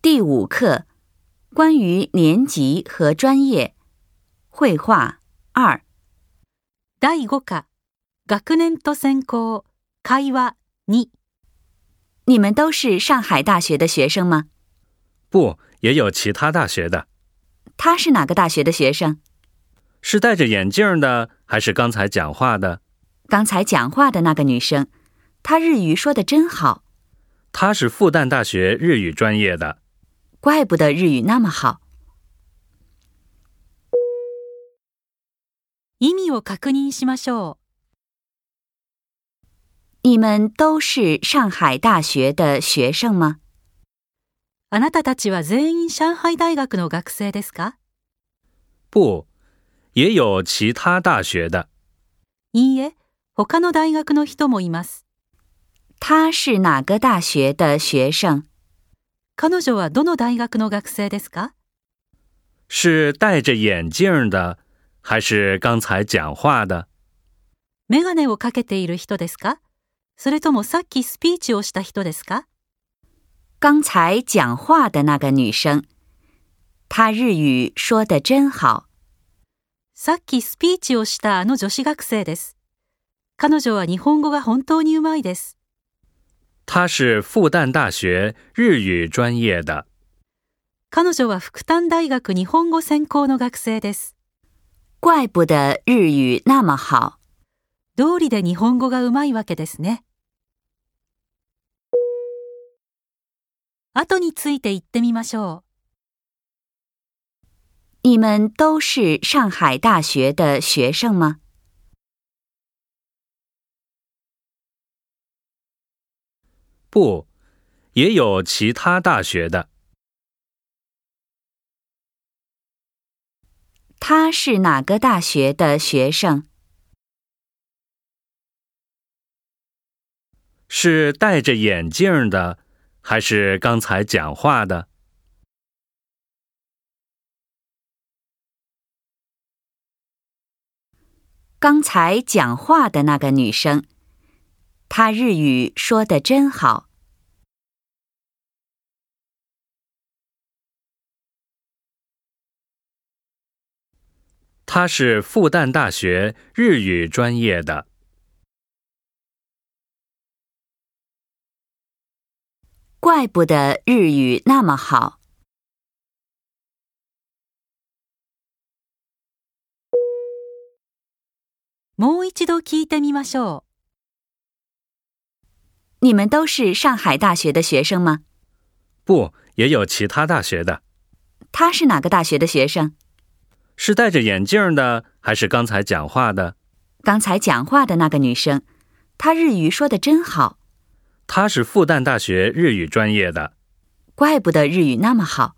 第五课，关于年级和专业，绘画二。第5課、学年と専攻、会話2。你们都是上海大学的学生吗？不，也有其他大学的，他是哪个大学的学生？是戴着眼镜的，还是刚才讲话的？刚才讲话的那个女生，她日语说的真好，他是复旦大学日语专业的。怪不得日语那么好。意味を確認しましょ你们都是上海大学的学生吗？う。あなたたちは全員上海大学の学生ですか不，也有其他大学的。いいえ、他の大学の人もいます。她是哪个大学的学生？彼女はどの大学の学生ですか是戴着眼镜的，还是刚才讲话的？メガネをかけている人ですかそれともさっきスピーチをした人ですか刚才讲话的那个女生，她日语说的真好，さっきスピーチをしたあの女子学生です。彼女は日本語が本当にうまいです。他是复旦大学日语专业的。彼女は福旦大学日本語専攻の学生です。怪不得日语那么好。道理で日本語がうまいわけですね。後について言ってみましょ你们都是上海大学的学生吗？不，也有其他大学的。她是哪个大学的学生？是戴着眼镜的，还是刚才讲话的？刚才讲话的那个女生，她日语说的真好，他是复旦大学日语专业的。怪不得日语那么好。う。もう一度聞いてみましょ你们都是上海大学的学生吗？不，也有其他大学的。她是哪个大学的学生？是戴着眼镜的，还是刚才讲话的？刚才讲话的那个女生，她日语说的真好，他是复旦大学日语专业的。怪不得日语那么好。